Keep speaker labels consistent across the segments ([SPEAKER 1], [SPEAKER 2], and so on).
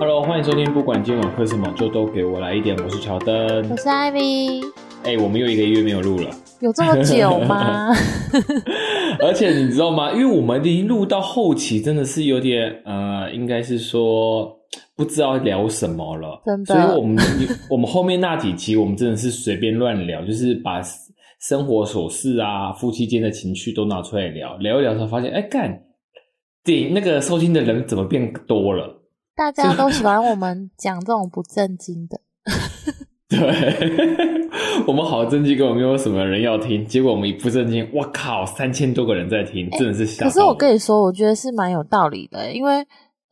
[SPEAKER 1] Hello，欢迎收听，不管今晚喝什么，就都给我来一点。我是乔登
[SPEAKER 2] 我。是 Ivy，
[SPEAKER 1] 哎、我们又一个月没有录了，
[SPEAKER 2] 有这么久吗？
[SPEAKER 1] 而且你知道吗？因为我们已经录到后期，真的是有点呃，应该是说不知道聊什么了。
[SPEAKER 2] 真
[SPEAKER 1] 所以我
[SPEAKER 2] 的，
[SPEAKER 1] 们我们后面那几集，我们真的是随便乱聊，就是把生活琐事啊、夫妻间的情绪都拿出来聊，聊一聊才发现，哎干，点那个收听的人怎么变多了？
[SPEAKER 2] 大家都喜欢我们讲这种不正 经的。
[SPEAKER 1] 对，我们好正经，根本没有什么人要听。结果我们一不正经，哇靠，三千多个人在听，真的是吓到
[SPEAKER 2] 哎可
[SPEAKER 1] 我。
[SPEAKER 2] 是我跟你说，我觉得是蛮有道理的，因为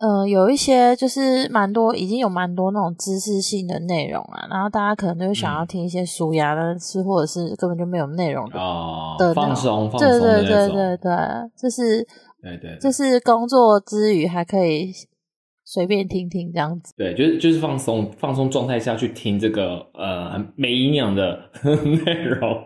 [SPEAKER 2] 呃，有一些就是蛮多已经有蛮多那种知识性的内容啊，然后大家可能就会想要听一些舒压的，是、或者是根本就没有内容的。
[SPEAKER 1] 啊、
[SPEAKER 2] 的那
[SPEAKER 1] 放松放松
[SPEAKER 2] 对
[SPEAKER 1] 的
[SPEAKER 2] 对
[SPEAKER 1] 那
[SPEAKER 2] 对
[SPEAKER 1] 种，
[SPEAKER 2] 对对，就是
[SPEAKER 1] 对对对
[SPEAKER 2] 就是工作之余还可以随便听听这样子。
[SPEAKER 1] 对，就是就是放松放松状态下去听这个呃很没营养的 内容。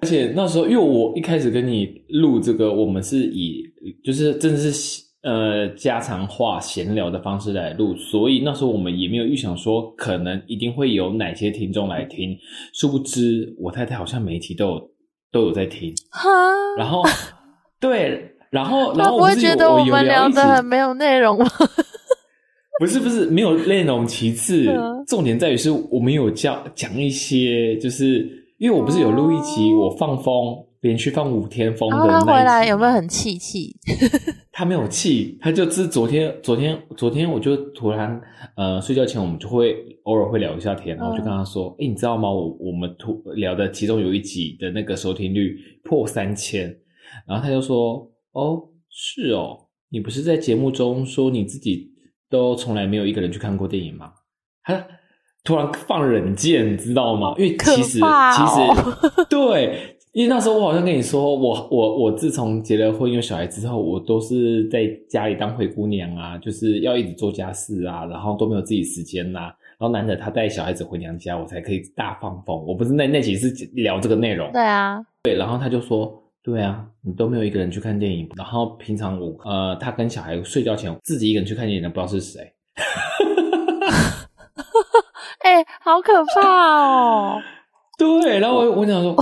[SPEAKER 1] 而且那时候，因为我一开始跟你录这个，我们是以就是真的是呃家常话闲聊的方式来录，所以那时候我们也没有预想说可能一定会有哪些听众来听，殊不知我太太好像每一集都有都有在听，
[SPEAKER 2] 哈，
[SPEAKER 1] 然 后对，然后然
[SPEAKER 2] 他
[SPEAKER 1] 后
[SPEAKER 2] 不
[SPEAKER 1] 我
[SPEAKER 2] 会
[SPEAKER 1] 不是有
[SPEAKER 2] 觉得
[SPEAKER 1] 我有
[SPEAKER 2] 们
[SPEAKER 1] 聊
[SPEAKER 2] 聊
[SPEAKER 1] 一
[SPEAKER 2] 的
[SPEAKER 1] 集
[SPEAKER 2] 很没有内容吗？
[SPEAKER 1] 不是不是，没有内容。其次
[SPEAKER 2] 嗯，
[SPEAKER 1] 重点在于是我们有教讲一些，就是因为我不是有录一集我放风，连续放五天风的
[SPEAKER 2] 然
[SPEAKER 1] 那
[SPEAKER 2] 后
[SPEAKER 1] 一
[SPEAKER 2] 哦他
[SPEAKER 1] 集
[SPEAKER 2] 回来有没有？很气气？
[SPEAKER 1] 他没有气，他就是昨天昨天昨天我就突然呃睡觉前我们就会偶尔会聊一下天，然后我
[SPEAKER 2] 嗯
[SPEAKER 1] 就跟他说，哎、你知道吗？我我们突聊的其中有一集的那个收听率破三千，然后他就说，哦，是哦，你不是在节目中说你自己都从来没有一个人去看过电影吗？他突然放冷箭，你知道吗？因为
[SPEAKER 2] 可
[SPEAKER 1] 其实、
[SPEAKER 2] 怕哦
[SPEAKER 1] 其实对，因为那时候我好像跟你说，我我我自从结了婚有小孩之后，我都是在家里当灰姑娘啊，就是要一直做家事啊，然后都没有自己时间呐、然后难得他带小孩子回娘家，我才可以大放风。我不是那那集是聊这个内容，
[SPEAKER 2] 对啊，
[SPEAKER 1] 对，然后他就说：“对啊，你都没有一个人去看电影，然后平常我呃，他跟小孩睡觉前自己一个人去看电影的不知道是谁。
[SPEAKER 2] 哎、好可怕哦！”
[SPEAKER 1] 对，然后我我想说，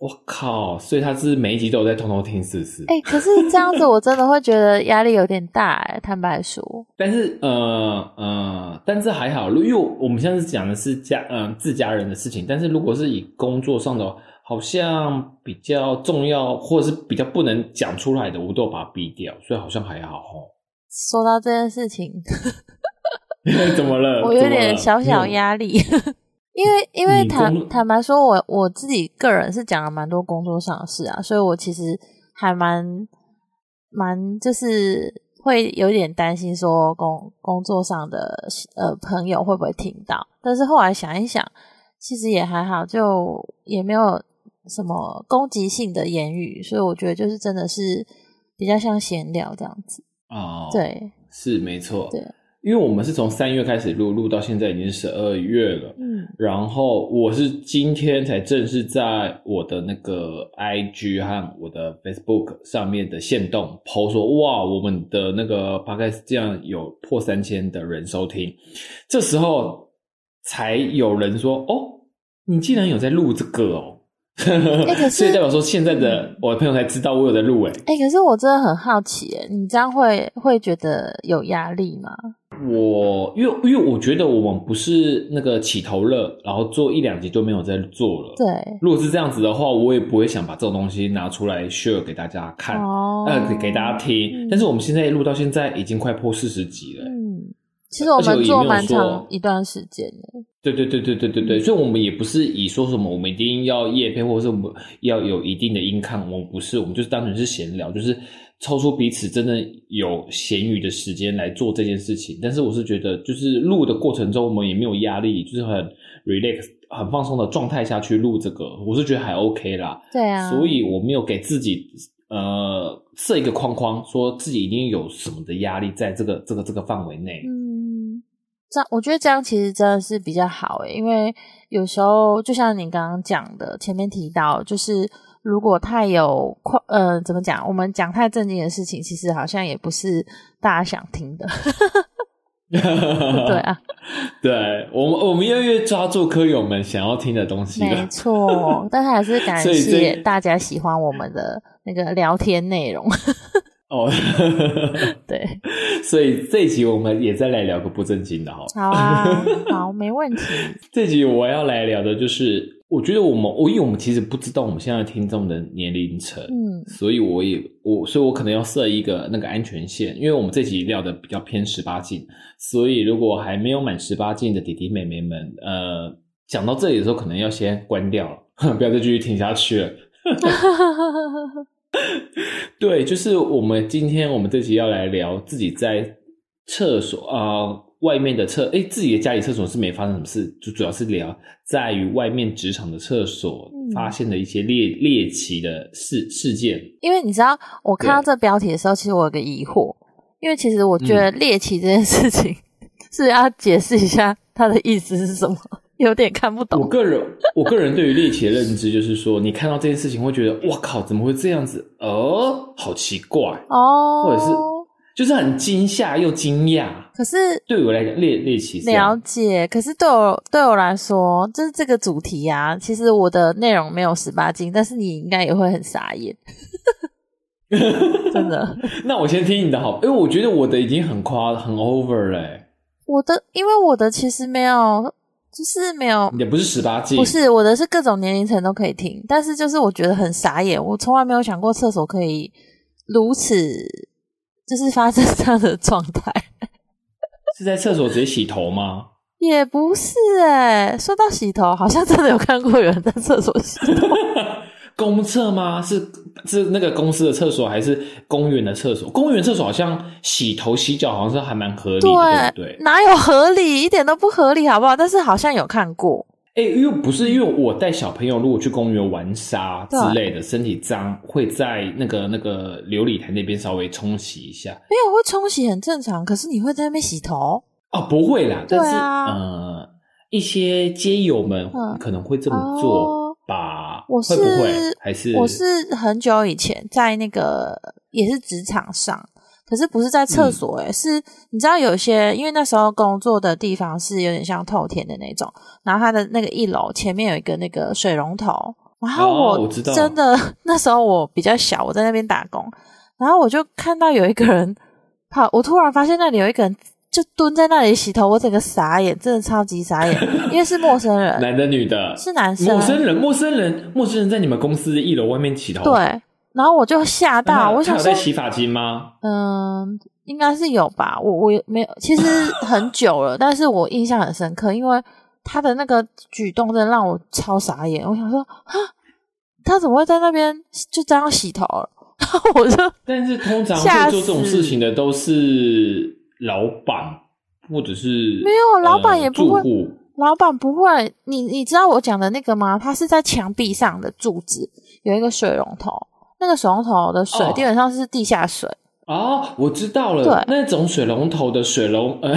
[SPEAKER 1] 我靠，所以他是每一集都有在偷偷听，是不是？
[SPEAKER 2] 哎、可是这样子我真的会觉得压力有点大、哎，坦白说，
[SPEAKER 1] 但是呃呃，但是还好，因为我们现在是讲的是家嗯、呃、自家人的事情，但是如果是以工作上的，好像比较重要或者是比较不能讲出来的，我都有把它逼掉，所以好像还好哦。
[SPEAKER 2] 说到这件事情，
[SPEAKER 1] 怎么了？
[SPEAKER 2] 我有
[SPEAKER 1] 呃怎么了
[SPEAKER 2] 点小小
[SPEAKER 1] 没有
[SPEAKER 2] 压力， 因为因为
[SPEAKER 1] 你工
[SPEAKER 2] 坦
[SPEAKER 1] 作
[SPEAKER 2] 坦白说我，我自己个人是讲了蛮多工作上的事啊，所以我其实还蛮蛮就是会有点担心说工工作上的呃朋友会不会听到，但是后来想一想，其实也还好，就也没有什么攻击性的言语，所以我觉得就是真的是比较像闲聊这样子，
[SPEAKER 1] 哦，
[SPEAKER 2] 对，
[SPEAKER 1] 是没错，
[SPEAKER 2] 对，
[SPEAKER 1] 因为我们是从三月开始录，录到现在已经十二月了。
[SPEAKER 2] 嗯，
[SPEAKER 1] 然后我是今天才正式在我的那个 IG 和我的 Facebook 上面的线动 PO 说，哇，我们的那个 Podcast 这样有破三千的人收听，这时候才有人说，哦，你竟然有在录这个哦。
[SPEAKER 2] 哎可是嗯
[SPEAKER 1] 所以代表说，现在的我的朋友才知道我有在录诶、欸
[SPEAKER 2] 哎、可是我真的很好奇，哎，你这样会会觉得有压力吗？
[SPEAKER 1] 我因为因为我觉得我们不是那个起头了，然后做一两集就没有再做了。，
[SPEAKER 2] 对，
[SPEAKER 1] 如果是这样子的话，我也不会想把这种东西拿出来 share 给大家看，
[SPEAKER 2] 哦，
[SPEAKER 1] 呃，给给大家听。
[SPEAKER 2] 嗯
[SPEAKER 1] 但是我们现在录到现在已经快破四十集了、
[SPEAKER 2] 嗯，其实我
[SPEAKER 1] 而且
[SPEAKER 2] 们
[SPEAKER 1] 也没有
[SPEAKER 2] 做蛮
[SPEAKER 1] 说
[SPEAKER 2] 长一段时间的，
[SPEAKER 1] 对对对对对对
[SPEAKER 2] 嗯
[SPEAKER 1] 对，所以我们也不是以说什么我们一定要业配，或者是我们要有一定的音抗，我们不是，我们就是单纯是闲聊，就是抽出彼此真的有闲余的时间来做这件事情。但是我是觉得，就是录的过程中，我们也没有压力，就是很 relax、很放松的状态下去录这个，我是觉得还 OK 啦。
[SPEAKER 2] 对啊，
[SPEAKER 1] 所以我没有给自己呃设一个框框，说自己一定有什么的压力在这个这个这个范围内。
[SPEAKER 2] 嗯，这样我觉得这样其实真的是比较好诶，因为有时候就像你刚刚讲的，前面提到，就是如果太有快，呃，怎么讲？我们讲太正经的事情，其实好像也不是大家想听的。 对
[SPEAKER 1] 对，
[SPEAKER 2] 啊，
[SPEAKER 1] 对我们我们越越抓住科友们想要听的东西
[SPEAKER 2] 没
[SPEAKER 1] 了。
[SPEAKER 2] 错，但是还是感
[SPEAKER 1] 所以这
[SPEAKER 2] 谢大家喜欢我们的那个聊天内容。
[SPEAKER 1] 哦，
[SPEAKER 2] 对，
[SPEAKER 1] 所以这一集我们也再来聊个不正经的哈。
[SPEAKER 2] 好啊，好，没问题。
[SPEAKER 1] 这集我要来聊的就是，我觉得我们，我因为我们其实不知道我们现在听众的年龄层，
[SPEAKER 2] 嗯，
[SPEAKER 1] 所以我也我，所以我可能要设一个那个安全线，因为我们这集聊的比较偏十八禁，所以如果还没有满十八禁的弟弟妹妹们，呃，讲到这里的时候，可能要先关掉了， 不要再继续听下去了。对，就是我们今天我们这集要来聊自己在厕所啊、呃外面的厕，诶，自己的家里厕所是没发生什么事，就主要是聊在于外面职场的厕所
[SPEAKER 2] 嗯
[SPEAKER 1] 发现的一些猎猎奇的事事件。
[SPEAKER 2] 因为你知道，我看到
[SPEAKER 1] 对
[SPEAKER 2] 这标题的时候，其实我有个疑惑，因为其实我觉得
[SPEAKER 1] 嗯
[SPEAKER 2] 猎奇这件事情、是要解释一下它的意思是什么，有点看不
[SPEAKER 1] 我
[SPEAKER 2] 懂。
[SPEAKER 1] 个人，我个人对于猎奇的认知就是说，你看到这件事情会觉得，哇靠，怎么会这样子？哦，好奇怪，
[SPEAKER 2] 哦，
[SPEAKER 1] 或者是就是很惊吓又惊讶。
[SPEAKER 2] 可是
[SPEAKER 1] 对我来讲，猎猎奇是这样
[SPEAKER 2] 了解，可是对我对我来说，就是这个主题啊，其实我的内容没有十八禁，但是你应该也会很傻眼， 真的。
[SPEAKER 1] 那我先听你的好，因为我觉得我的已经很夸很 over 了、欸，
[SPEAKER 2] 我的，因为我的其实没有，就是没有
[SPEAKER 1] 也不是十八禁，
[SPEAKER 2] 不是，我的是各种年龄层都可以听，但是就是我觉得很傻眼，我从来没有想过厕所可以如此，就是发生这样的状态。
[SPEAKER 1] 是在厕所直接洗头吗？
[SPEAKER 2] 也不是哎、说到洗头，好像真的有看过有人在厕所洗头。
[SPEAKER 1] 公厕吗？是是那个公司的厕所还是公园的厕所？公园厕所好像洗头洗脚好像是还蛮合理的，对不对？
[SPEAKER 2] 哪有合理？一点都不合理，好不好？但是好像有看过，
[SPEAKER 1] 哎、因为不是因为我带小朋友，如果去公园玩沙之
[SPEAKER 2] 对
[SPEAKER 1] 类的，身体脏会在那个那个琉璃台那边稍微冲洗一下
[SPEAKER 2] 没有会冲洗很正常，可是你会在那边洗头，
[SPEAKER 1] 哦，不会啦，
[SPEAKER 2] 对
[SPEAKER 1] 但是、
[SPEAKER 2] 啊
[SPEAKER 1] 呃，一些街友们
[SPEAKER 2] 嗯
[SPEAKER 1] 可能会这么做
[SPEAKER 2] 哦
[SPEAKER 1] 吧？
[SPEAKER 2] 我
[SPEAKER 1] 会不会
[SPEAKER 2] 是？
[SPEAKER 1] 还是
[SPEAKER 2] 我是很久以前在那个也是职场上，可是不是在
[SPEAKER 1] 嗯
[SPEAKER 2] 厕所、欸，是你知道有些，因为那时候工作的地方是有点像透天的那种，然后它的那个一楼前面有一个那个水龙头，然后
[SPEAKER 1] 哦
[SPEAKER 2] 我
[SPEAKER 1] 我知道
[SPEAKER 2] 真的、 那时候我比较小，我在那边打工，然后我就看到有一个人跑，我突然发现那里有一个人。就蹲在那里洗头，我整个傻眼，真的超级傻眼，因为是陌 生人，
[SPEAKER 1] 男的女的？
[SPEAKER 2] 是男生，
[SPEAKER 1] 陌生人，陌生人，陌生人在你们公司的一楼外面洗头，那
[SPEAKER 2] 对，然后我就吓
[SPEAKER 1] 哦他
[SPEAKER 2] 到，我想
[SPEAKER 1] 他有
[SPEAKER 2] 说
[SPEAKER 1] 在，洗发精吗？
[SPEAKER 2] 嗯，应该是有吧，我我也没有，其实很久了，但是我印象很深刻，因为他的那个举动真的让我超傻眼，我想说，啊，他怎么会在那边就这样洗头了？ 然后我就
[SPEAKER 1] 但是通常
[SPEAKER 2] 吓
[SPEAKER 1] 会做这种
[SPEAKER 2] 死
[SPEAKER 1] 事情的都是老板或者是
[SPEAKER 2] 没有老板
[SPEAKER 1] 呃
[SPEAKER 2] 也不会
[SPEAKER 1] 住户
[SPEAKER 2] 老板不会，你你知道我讲的那个吗？它是在墙壁上的柱子有一个水龙头，那个水龙头的水、
[SPEAKER 1] 哦
[SPEAKER 2] 基本上是地下水，
[SPEAKER 1] 哦，我知道了
[SPEAKER 2] 对，
[SPEAKER 1] 那种水龙头的水龙 呃，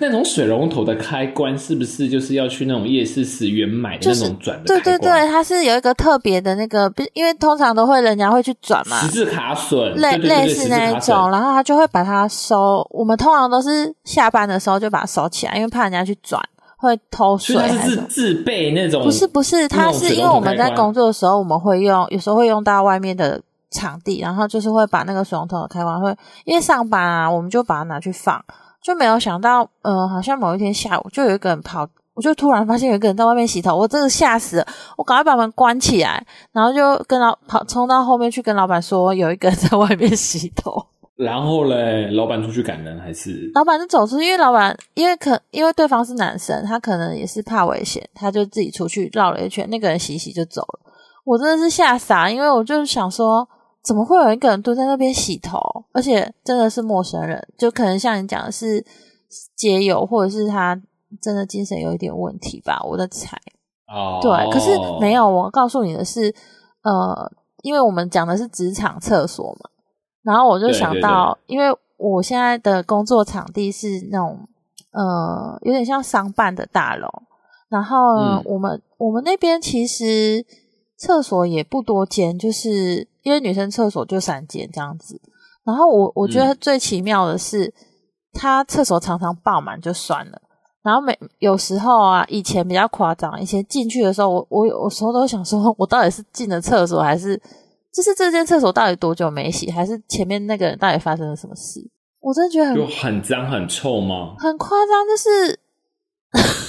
[SPEAKER 1] 那种水龙头的开关是不是就是要去那种夜市十元买的
[SPEAKER 2] 就
[SPEAKER 1] 那
[SPEAKER 2] 是
[SPEAKER 1] 种转的
[SPEAKER 2] 对
[SPEAKER 1] 开
[SPEAKER 2] 对对，
[SPEAKER 1] 关？
[SPEAKER 2] 它是有一个特别的那个，不是因为通常都会人家会去转嘛
[SPEAKER 1] 十，字卡榫，
[SPEAKER 2] 类
[SPEAKER 1] 对对对
[SPEAKER 2] 类
[SPEAKER 1] 对十
[SPEAKER 2] 似
[SPEAKER 1] 字
[SPEAKER 2] 那一
[SPEAKER 1] 卡榫
[SPEAKER 2] 种，然后他就会把它收。我们通常都是下班的时候就把它收起来，因为怕人家去转会偷
[SPEAKER 1] 所
[SPEAKER 2] 水
[SPEAKER 1] 以它
[SPEAKER 2] 还
[SPEAKER 1] 是
[SPEAKER 2] 是
[SPEAKER 1] 自
[SPEAKER 2] 什么。
[SPEAKER 1] 自备那种，
[SPEAKER 2] 不是不是，它
[SPEAKER 1] 那种
[SPEAKER 2] 是
[SPEAKER 1] 水
[SPEAKER 2] 因为
[SPEAKER 1] 龙头
[SPEAKER 2] 我们
[SPEAKER 1] 开
[SPEAKER 2] 在
[SPEAKER 1] 关
[SPEAKER 2] 工作的时候，我们会用，有时候会用到外面的场地，然后就是会把那个水龙头的开关会，因为上班啊，我们就把它拿去放，就没有想到，呃，好像某一天下午就有一个人跑，我就突然发现有一个人在外面洗头，我真的吓死了，我赶快把门关起来，然后就跟老跑冲到后面去跟老板说有一个人在外面洗头。
[SPEAKER 1] 然后嘞，老板出去赶人还是？
[SPEAKER 2] 老板就走出去，因为老板因为可因为对方是男生，他可能也是怕危险，他就自己出去绕了一圈，那个人洗洗就走了。我真的是吓傻，因为我就想说，怎么会有一个人蹲在那边洗头，而且真的是陌生人，就可能像你讲的是街友，或者是他真的精神有一点问题吧，我在猜。
[SPEAKER 1] 哦，
[SPEAKER 2] 对，可是没有，我告诉你的是，呃，因为我们讲的是职场厕所嘛，然后我就
[SPEAKER 1] 对
[SPEAKER 2] 想
[SPEAKER 1] 对
[SPEAKER 2] 到，因为我现在的工作场地是那种呃，有点像商办的大楼。然后呢
[SPEAKER 1] 嗯
[SPEAKER 2] 我们我们那边其实厕所也不多间，就是因为女生厕所就三间这样子。然后我我
[SPEAKER 1] 嗯
[SPEAKER 2] 觉得最奇妙的是，他厕所常常爆满就算了，然后每有时候啊，以前比较夸张，以前进去的时候，我我有时候都想说， 我到底是进了厕所，还是就是这间厕所到底多久没洗，还是前面那个人到底发生了什么事？我真的觉得很
[SPEAKER 1] 哦就很脏很臭吗？
[SPEAKER 2] 很夸张，就是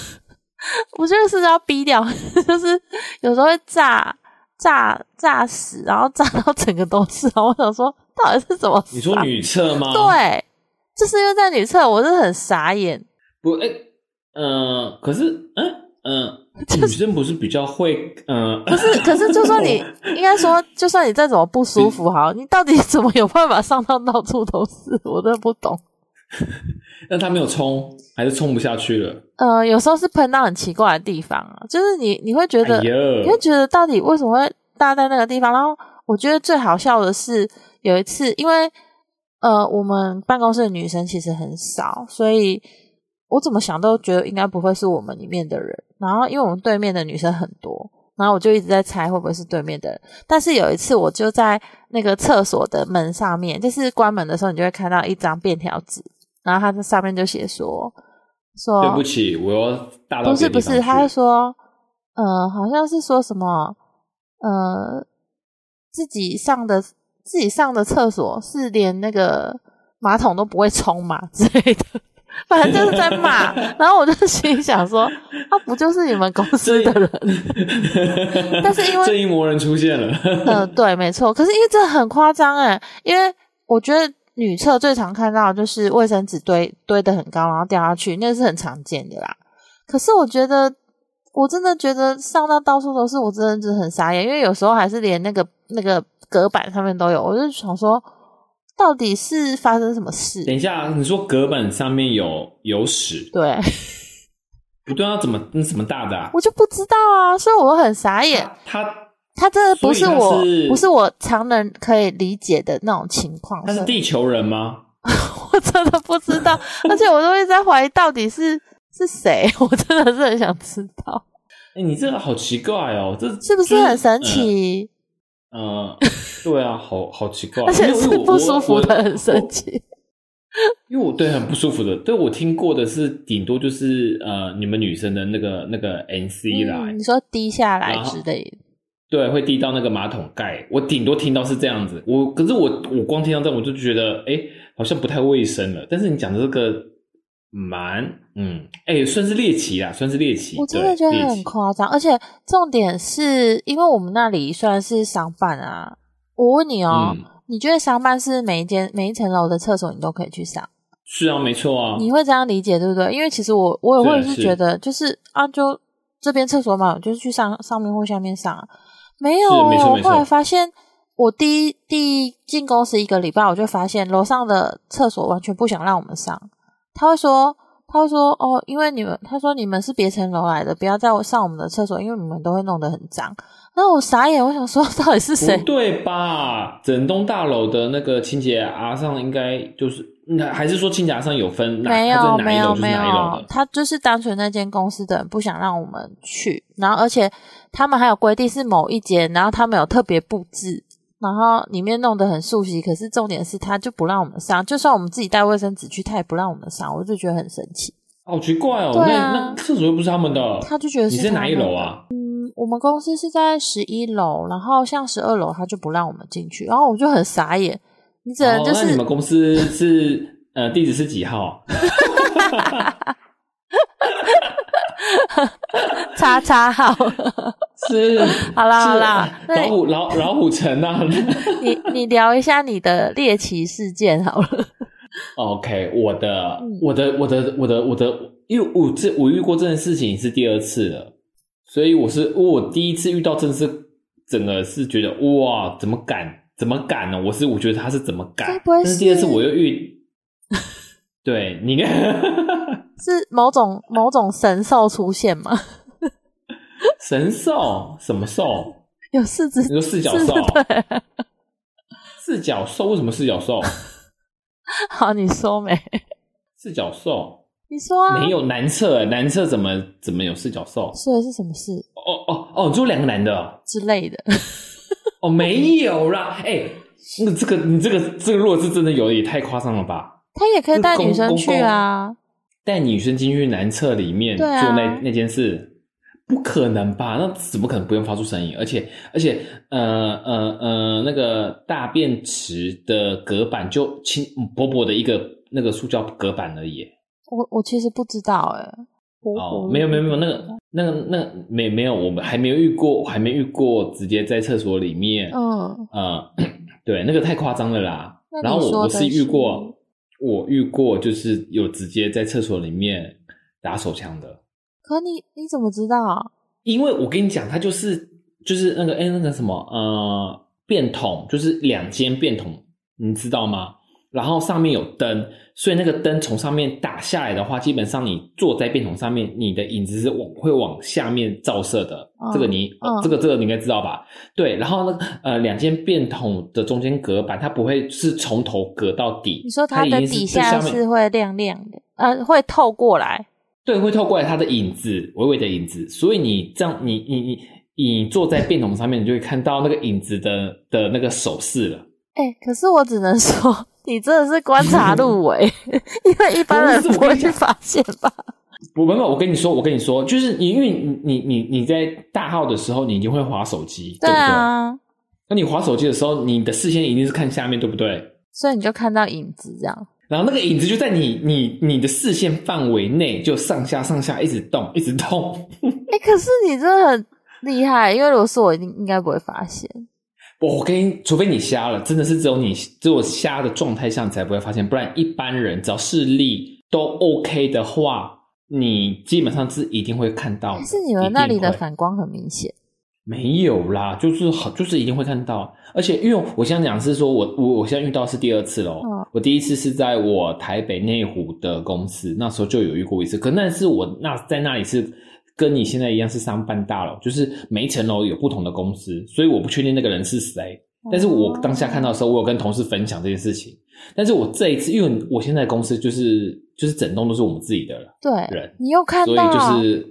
[SPEAKER 2] 我觉得是要逼掉， 就是有时候会炸炸炸死，然后炸到整个都是。然后我想说，到底是怎么死啊？
[SPEAKER 1] 你说女厕吗？，
[SPEAKER 2] 对，就是因为在女厕，我是很傻眼。
[SPEAKER 1] 不，哎、呃，可是，嗯、嗯、女生不是比较会，嗯、
[SPEAKER 2] 不是，可是就算你应该说，就算你再怎么不舒服，好，你到底怎么有办法上到到处都是？我真的不懂。
[SPEAKER 1] 那她没有冲，还是冲不下去了？
[SPEAKER 2] 呃，有时候是喷到很奇怪的地方啊，就是你你会觉得
[SPEAKER 1] 哎呀
[SPEAKER 2] 你，会觉得到底为什么会搭在那个地方？然后我觉得最好笑的是有一次，因为呃，我们办公室的女生其实很少，所以我怎么想都觉得应该不会是我们里面的人。然后因为我们对面的女生很多，然后我就一直在猜会不会是对面的人。但是有一次，我就在那个厕所的门上面，就是关门的时候，你就会看到一张便条纸，然后它这上面就写说说
[SPEAKER 1] 对不起，我要大到
[SPEAKER 2] 哦不
[SPEAKER 1] 别
[SPEAKER 2] 是
[SPEAKER 1] 的
[SPEAKER 2] 不
[SPEAKER 1] 地方
[SPEAKER 2] 是，
[SPEAKER 1] 去
[SPEAKER 2] 他是说，呃，好像是说什么，呃，自己上的自己上的厕所是连那个马桶都不会冲嘛 之类的，反正就是在 骂。然后我就心里想说，他、不就是你们公司的人？ 但是因为
[SPEAKER 1] 正义魔人出现 了，
[SPEAKER 2] 呃，对，没错。可是因为这很夸张哎，因为我觉得女厕最常看到的就是卫生纸堆堆的很高，然后掉下去，那是很常见的啦。可是我觉得，我真的觉得上到到处都是，我真的是很傻眼，因为有时候还是连那个那个隔板上面都有，我就想说，到底是发生什么事？
[SPEAKER 1] 等一下，你说隔板上面有有屎，
[SPEAKER 2] 对，
[SPEAKER 1] 不对啊？怎么那怎么大的、啊？
[SPEAKER 2] 我就不知道啊，所以我很傻眼。
[SPEAKER 1] 它
[SPEAKER 2] 他真的不是
[SPEAKER 1] 所以他
[SPEAKER 2] 我，
[SPEAKER 1] 是
[SPEAKER 2] 不是我常人可以理解的那种情况。
[SPEAKER 1] 它
[SPEAKER 2] 所
[SPEAKER 1] 是
[SPEAKER 2] 以
[SPEAKER 1] 地球人吗？
[SPEAKER 2] 我真的不知 道，而且我都一直在怀疑到底是是谁， 我真的是很想知道，
[SPEAKER 1] 哎、你这个好奇怪哦，这
[SPEAKER 2] 是不是很神？
[SPEAKER 1] 就是
[SPEAKER 2] 奇？
[SPEAKER 1] 嗯、呃对啊，好好奇怪，
[SPEAKER 2] 而且
[SPEAKER 1] 因
[SPEAKER 2] 是
[SPEAKER 1] 为我
[SPEAKER 2] 不舒服的，很
[SPEAKER 1] 我我
[SPEAKER 2] 神奇。
[SPEAKER 1] 哦因为我对很不舒服的，对我听过的是顶多就是呃，你们女生的那个那个 NC 来，
[SPEAKER 2] 嗯你说滴下来
[SPEAKER 1] 然后
[SPEAKER 2] 之类的，
[SPEAKER 1] 对，会滴到那个马桶盖，我顶多听到是这样子。我可是我我光听到这样我就觉得，哎，好像不太卫生了。但是你讲的这个蛮，嗯，哎，算是猎奇啦，算是猎奇。
[SPEAKER 2] 我真的觉
[SPEAKER 1] 对
[SPEAKER 2] 得
[SPEAKER 1] 猎
[SPEAKER 2] 很
[SPEAKER 1] 奇嗯
[SPEAKER 2] 夸张。而且重点是因为我们那里虽然是商办啊，我问你哦，
[SPEAKER 1] 嗯
[SPEAKER 2] 你觉得商办是每一间每一层楼的厕所你都可以去上？
[SPEAKER 1] 是啊，没错啊。
[SPEAKER 2] 你会这样理解对不对？因为其实我我也会
[SPEAKER 1] 对
[SPEAKER 2] 是
[SPEAKER 1] 是
[SPEAKER 2] 觉得，就是啊，就这边厕所嘛，我就是去上上面或下面上啊，没有
[SPEAKER 1] 是没
[SPEAKER 2] 欸、
[SPEAKER 1] 错
[SPEAKER 2] 我
[SPEAKER 1] 没
[SPEAKER 2] 后来
[SPEAKER 1] 错
[SPEAKER 2] 发现，我第一第一进公司一个礼拜，我就发现楼上的厕所完全不想让我们上，他会说。他会说：“哦，因为你们，他说你们是别层楼来的，不要再上我们的厕所，因为你们都会弄得很脏。”然后我傻眼，我想说， 到底是谁
[SPEAKER 1] 不对吧？整栋大楼的那个清洁阿上应该就是，那还是说清洁啊阿上有分哪？
[SPEAKER 2] 没
[SPEAKER 1] 它在
[SPEAKER 2] 有
[SPEAKER 1] 哪
[SPEAKER 2] 没
[SPEAKER 1] 一
[SPEAKER 2] 有
[SPEAKER 1] 楼就是
[SPEAKER 2] 没
[SPEAKER 1] 哪一楼
[SPEAKER 2] 有，
[SPEAKER 1] 的？
[SPEAKER 2] 他就是单纯那间公司的人不想让我们去，然后而且他们还有规定是某一间，然后他们有特别布置，然后里面弄得很熟悉，可是重点是他就不让我们上，就算我们自己带卫生纸去，他也不让我们上，我就觉得很神奇。
[SPEAKER 1] 好奇怪哦，
[SPEAKER 2] 对啊
[SPEAKER 1] 那那厕所又不是他们的，哦
[SPEAKER 2] 他就觉得
[SPEAKER 1] 你
[SPEAKER 2] 是
[SPEAKER 1] 在
[SPEAKER 2] 他
[SPEAKER 1] 哪一
[SPEAKER 2] 们
[SPEAKER 1] 楼
[SPEAKER 2] 的
[SPEAKER 1] 啊？
[SPEAKER 2] 嗯，我们公司是在十一楼，然后像十二楼他就不让我们进去，然后我就很傻眼，你只能
[SPEAKER 1] 哦
[SPEAKER 2] 就
[SPEAKER 1] 那
[SPEAKER 2] 是
[SPEAKER 1] 你们公司是呃地址是几号？
[SPEAKER 2] 叉叉号。
[SPEAKER 1] 是，
[SPEAKER 2] 好啦好
[SPEAKER 1] 是哎
[SPEAKER 2] 啦对
[SPEAKER 1] 老虎老老虎城啊。
[SPEAKER 2] 你你聊一下你的猎奇事件好了。
[SPEAKER 1] OK，我的
[SPEAKER 2] 嗯
[SPEAKER 1] 我的我的我的我的，因为我这我遇过这件事情是第二次了，所以我是我第一次遇到，真的是整个是觉得哇，怎么敢怎么敢呢？我是我觉得他是怎么
[SPEAKER 2] 该
[SPEAKER 1] 敢，
[SPEAKER 2] 不会
[SPEAKER 1] 但是第二次
[SPEAKER 2] 是
[SPEAKER 1] 我又 遇，对你 看
[SPEAKER 2] 是某种某种神兽出现吗？
[SPEAKER 1] 神兽什么兽？
[SPEAKER 2] 有四只
[SPEAKER 1] 你说四脚
[SPEAKER 2] 是
[SPEAKER 1] 兽？
[SPEAKER 2] 对，
[SPEAKER 1] 四脚兽为什么四脚兽？
[SPEAKER 2] 好，你说没？
[SPEAKER 1] 四脚兽
[SPEAKER 2] 你说啊，
[SPEAKER 1] 没有男厕，男厕怎么怎么有四角兽？
[SPEAKER 2] 所以是什么事
[SPEAKER 1] 哦哦哦，只有两个男的哦
[SPEAKER 2] 之类的？
[SPEAKER 1] 哦，没有啦，哎、那这个你这个这个，如果是真的有的，也太夸张了吧？
[SPEAKER 2] 他也可以带女生去啊，
[SPEAKER 1] 带女生进去男厕里面做
[SPEAKER 2] 对啊
[SPEAKER 1] 那那件事，不可能吧？那怎么可能不用发出声音？而且而且，呃呃呃，那个大便池的隔板就轻嗯薄薄的一个那个塑胶隔板而已耶。
[SPEAKER 2] 我我其实不知道哎、糊
[SPEAKER 1] 哦
[SPEAKER 2] 糊，
[SPEAKER 1] 没有没有没有，那个那个那个没没有，我们还没有遇过，我还没遇过直接在厕所里面，
[SPEAKER 2] 嗯，
[SPEAKER 1] 呃，对，那个太夸张了啦
[SPEAKER 2] 那。你
[SPEAKER 1] 然后我
[SPEAKER 2] 说
[SPEAKER 1] 我
[SPEAKER 2] 的
[SPEAKER 1] 是遇
[SPEAKER 2] 是
[SPEAKER 1] 过，我遇过就是有直接在厕所里面打手枪的，
[SPEAKER 2] 可你你怎么知道？
[SPEAKER 1] 因为我跟你讲，它就是就是那个哎那个什么呃便桶，就是两间便桶，你知道吗？然后上面有灯，所以那个灯从上面打下来的话，基本上你坐在便桶上面，你的影子是往会往下面照射的。
[SPEAKER 2] 嗯
[SPEAKER 1] 这个你、
[SPEAKER 2] 嗯
[SPEAKER 1] 这个这个你应该知道吧？对，然后呢，呃，两间便桶的中间隔板，它不会是从头隔到底，
[SPEAKER 2] 你说
[SPEAKER 1] 它已
[SPEAKER 2] 的
[SPEAKER 1] 经是
[SPEAKER 2] 底
[SPEAKER 1] 最
[SPEAKER 2] 下
[SPEAKER 1] 面
[SPEAKER 2] 是会亮亮的，呃，会透过来，
[SPEAKER 1] 对，会透过来它的影子，微微的影子，所以你这样，你你你你坐在便桶上面，你就会看到那个影子的的那个手势了。
[SPEAKER 2] 哎、可是我只能说， 你真的是观察 入微，因为一般
[SPEAKER 1] 不
[SPEAKER 2] 人
[SPEAKER 1] 是我
[SPEAKER 2] 不
[SPEAKER 1] 跟
[SPEAKER 2] 会
[SPEAKER 1] 你
[SPEAKER 2] 去
[SPEAKER 1] 讲
[SPEAKER 2] 发现吧？
[SPEAKER 1] 我没有，我跟你说，我跟你说，就是你因为你你你你在大号的时候，你一定会划手机，对不对？
[SPEAKER 2] 啊，
[SPEAKER 1] 那你划手机的时候，你的视线一定是看下面，对不对？
[SPEAKER 2] 所以你就看到影子这样，
[SPEAKER 1] 然后那个影子就在你你你的视线范围内，就上下上下一直动，一直动。
[SPEAKER 2] 哎、可是你真的很厉害，因为如果是我，一定应该不会发现。
[SPEAKER 1] 我跟你，除非你瞎了，真的是只有你只有瞎的状态下你才不会发现，不然一般人只要视力都 OK 的话，你基本上是一定会看到的。
[SPEAKER 2] 但是你们那里的
[SPEAKER 1] 一定会
[SPEAKER 2] 反光很明显，
[SPEAKER 1] 没有啦，就是好，就是一定会看到。而且因为我现在讲是说我我我现在遇到是第二次喽，
[SPEAKER 2] 嗯
[SPEAKER 1] 我第一次是在我台北内湖的公司，那时候就有遇过一次，可那是我那在那里是。跟你现在一样是上半大楼，就是每一层楼有不同的公司，所以我不确定那个人是谁。但是我当下看到的时候，我有跟同事分享这件事情。但是我这一次，因为我现在公司就是就是整栋都是我们自己的了，
[SPEAKER 2] 对
[SPEAKER 1] 人，
[SPEAKER 2] 你又看
[SPEAKER 1] 所以
[SPEAKER 2] 到，
[SPEAKER 1] 就是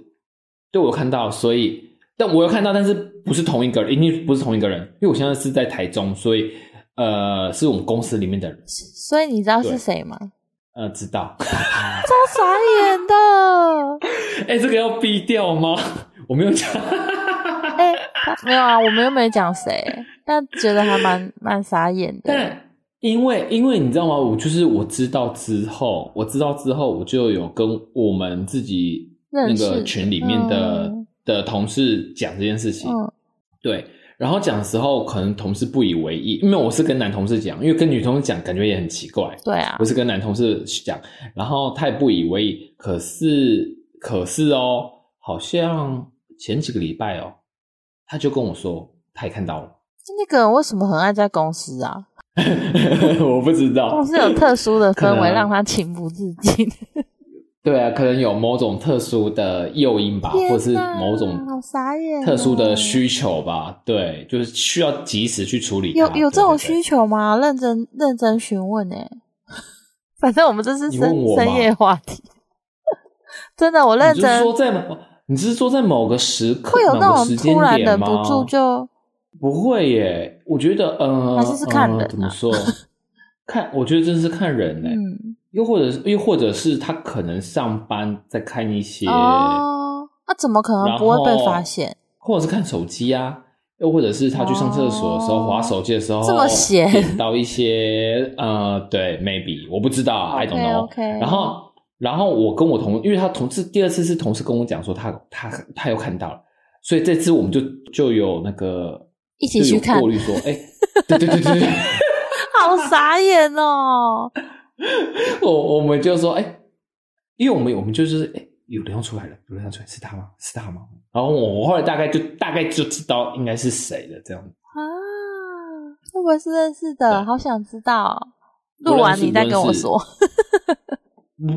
[SPEAKER 1] 对我有看到，所以但我有看到，但是不是同一个人，一定不是同一个人，因为我现在是在台中，所以呃是我们公司里面的人，
[SPEAKER 2] 所以你知道是
[SPEAKER 1] 对
[SPEAKER 2] 谁吗？超
[SPEAKER 1] 呃知道。
[SPEAKER 2] 傻眼的，
[SPEAKER 1] 哎、这个要逼掉吗？ 我没有讲，
[SPEAKER 2] 哎、没有啊，我们又没讲谁，但觉得还蛮蛮傻眼的。
[SPEAKER 1] 但因为因为你知道吗？我就是我知道之后，我知道之后，我就有跟我们自己那
[SPEAKER 2] 认识
[SPEAKER 1] 个群里面的、
[SPEAKER 2] 嗯
[SPEAKER 1] 的同事讲这件事情。
[SPEAKER 2] 嗯，
[SPEAKER 1] 对，然后讲的时候，可能同事不以为意，因为我是跟男同事讲，因为跟女同事讲感觉也很奇怪。
[SPEAKER 2] 对啊
[SPEAKER 1] 我，是跟男同事讲，然后他也不以为意。可是，可是哦，好像前几个礼拜哦，他就跟我说，他也看到了。
[SPEAKER 2] 那个人为什么很爱在公司啊？
[SPEAKER 1] 我不知道，
[SPEAKER 2] 公司哦有特殊的
[SPEAKER 1] 可
[SPEAKER 2] 氛围，
[SPEAKER 1] 能
[SPEAKER 2] 让他情不自禁。
[SPEAKER 1] 对啊，可能有某种特殊的诱因吧，
[SPEAKER 2] 天
[SPEAKER 1] 或者是
[SPEAKER 2] 哪
[SPEAKER 1] 某种
[SPEAKER 2] 好傻眼哦
[SPEAKER 1] 特殊的需求吧。对，就是需要及时去处理它。
[SPEAKER 2] 有有这种
[SPEAKER 1] 对对对
[SPEAKER 2] 需求吗？认真认真询问哎、 反正我们这是
[SPEAKER 1] 你
[SPEAKER 2] 深
[SPEAKER 1] 问我吗
[SPEAKER 2] 深夜话题， 真的，我认
[SPEAKER 1] 你是
[SPEAKER 2] 真
[SPEAKER 1] 说在某，你是说在某个时刻
[SPEAKER 2] 会有
[SPEAKER 1] 某
[SPEAKER 2] 那
[SPEAKER 1] 个时
[SPEAKER 2] 种
[SPEAKER 1] 间
[SPEAKER 2] 突然
[SPEAKER 1] 点
[SPEAKER 2] 忍
[SPEAKER 1] 吗？
[SPEAKER 2] 不住就
[SPEAKER 1] 不会耶，我觉得呃，
[SPEAKER 2] 还是是看人啊
[SPEAKER 1] 呃、怎么 说？看，我觉得真是看人呢、
[SPEAKER 2] 嗯
[SPEAKER 1] 又或者是又或者是他可能上班在看一些，
[SPEAKER 2] 哦，那、怎么可能
[SPEAKER 1] 然
[SPEAKER 2] 不会被
[SPEAKER 1] 后
[SPEAKER 2] 发现？
[SPEAKER 1] 或者是看手机啊，又或者是他去上厕所的时候
[SPEAKER 2] 哦
[SPEAKER 1] 划、手机的时候，
[SPEAKER 2] 这么闲
[SPEAKER 1] 点到一些呃，对，maybe 我不知道啊
[SPEAKER 2] OK，
[SPEAKER 1] I don't know。
[SPEAKER 2] OK
[SPEAKER 1] 然后，然后我跟我同，因为他同事第二次是同事跟我讲说他他他又看到了，所以这次我们就就有那个
[SPEAKER 2] 一起去看
[SPEAKER 1] 就有过滤说，哎、对对对对对，
[SPEAKER 2] 好傻眼哦！
[SPEAKER 1] 我我们就说，哎、因为我们我们就是哎、有人要出来了，有人要出来，是他吗？是他吗？然后我我后来大概就大概就知道应该是谁了，这样子。
[SPEAKER 2] 啊，会不会是认识的？
[SPEAKER 1] 对
[SPEAKER 2] 好想知道哦。
[SPEAKER 1] 不
[SPEAKER 2] 录完
[SPEAKER 1] 认识
[SPEAKER 2] 你再
[SPEAKER 1] 不认
[SPEAKER 2] 跟我
[SPEAKER 1] 识
[SPEAKER 2] 说。